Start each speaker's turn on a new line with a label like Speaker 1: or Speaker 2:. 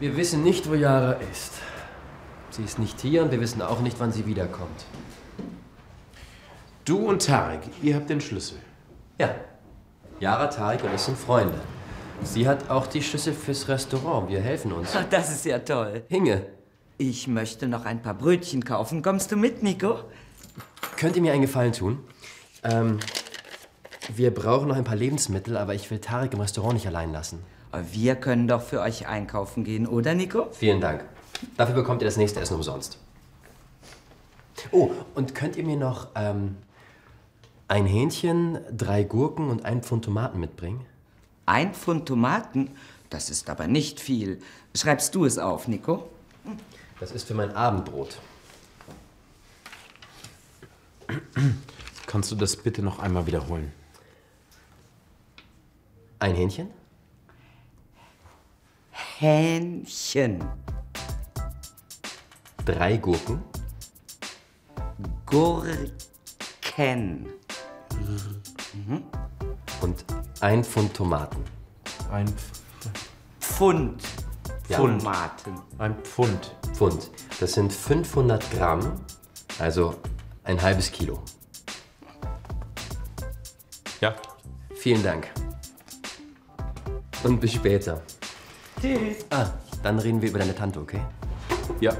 Speaker 1: Wir wissen nicht, wo Yara ist. Sie ist nicht hier und wir wissen auch nicht, wann sie wiederkommt.
Speaker 2: Du und Tarek, ihr habt den Schlüssel.
Speaker 1: Ja, Yara, Tarek und ich sind Freunde. Sie hat auch die Schlüssel fürs Restaurant. Wir helfen uns.
Speaker 3: Ach, das ist ja toll.
Speaker 1: Hinge,
Speaker 3: Ich möchte noch ein paar Brötchen kaufen. Kommst du mit, Nico?
Speaker 1: könnt ihr mir einen Gefallen tun? Ähm, wir brauchen noch ein paar Lebensmittel, aber ich will Tarek im Restaurant nicht allein lassen.
Speaker 3: Wir können doch für euch einkaufen gehen, oder, Nico?
Speaker 1: Vielen Dank. Dafür bekommt ihr das nächste Essen umsonst. Oh, und könnt ihr mir noch ähm, ein Hähnchen, drei Gurken und ein Pfund Tomaten mitbringen?
Speaker 3: Ein Pfund Tomaten? Das ist aber nicht viel. Schreibst du es auf, Nico?
Speaker 1: Das ist für mein Abendbrot.
Speaker 2: Kannst du das bitte noch einmal wiederholen?
Speaker 1: Ein Hähnchen,
Speaker 3: Hähnchen.
Speaker 1: drei Gurken,
Speaker 3: Gurken.
Speaker 1: und ein Pfund Tomaten.
Speaker 2: Ein,
Speaker 3: Pfund.
Speaker 1: Ja.
Speaker 3: Tomaten.
Speaker 2: ein Pfund.
Speaker 1: Pfund. Das sind 500 Gramm, also ein halbes Kilo.
Speaker 2: Ja.
Speaker 1: Vielen Dank. Und bis später.
Speaker 3: Tschüss.
Speaker 1: Ah, dann reden wir über deine Tante, okay?
Speaker 2: Ja.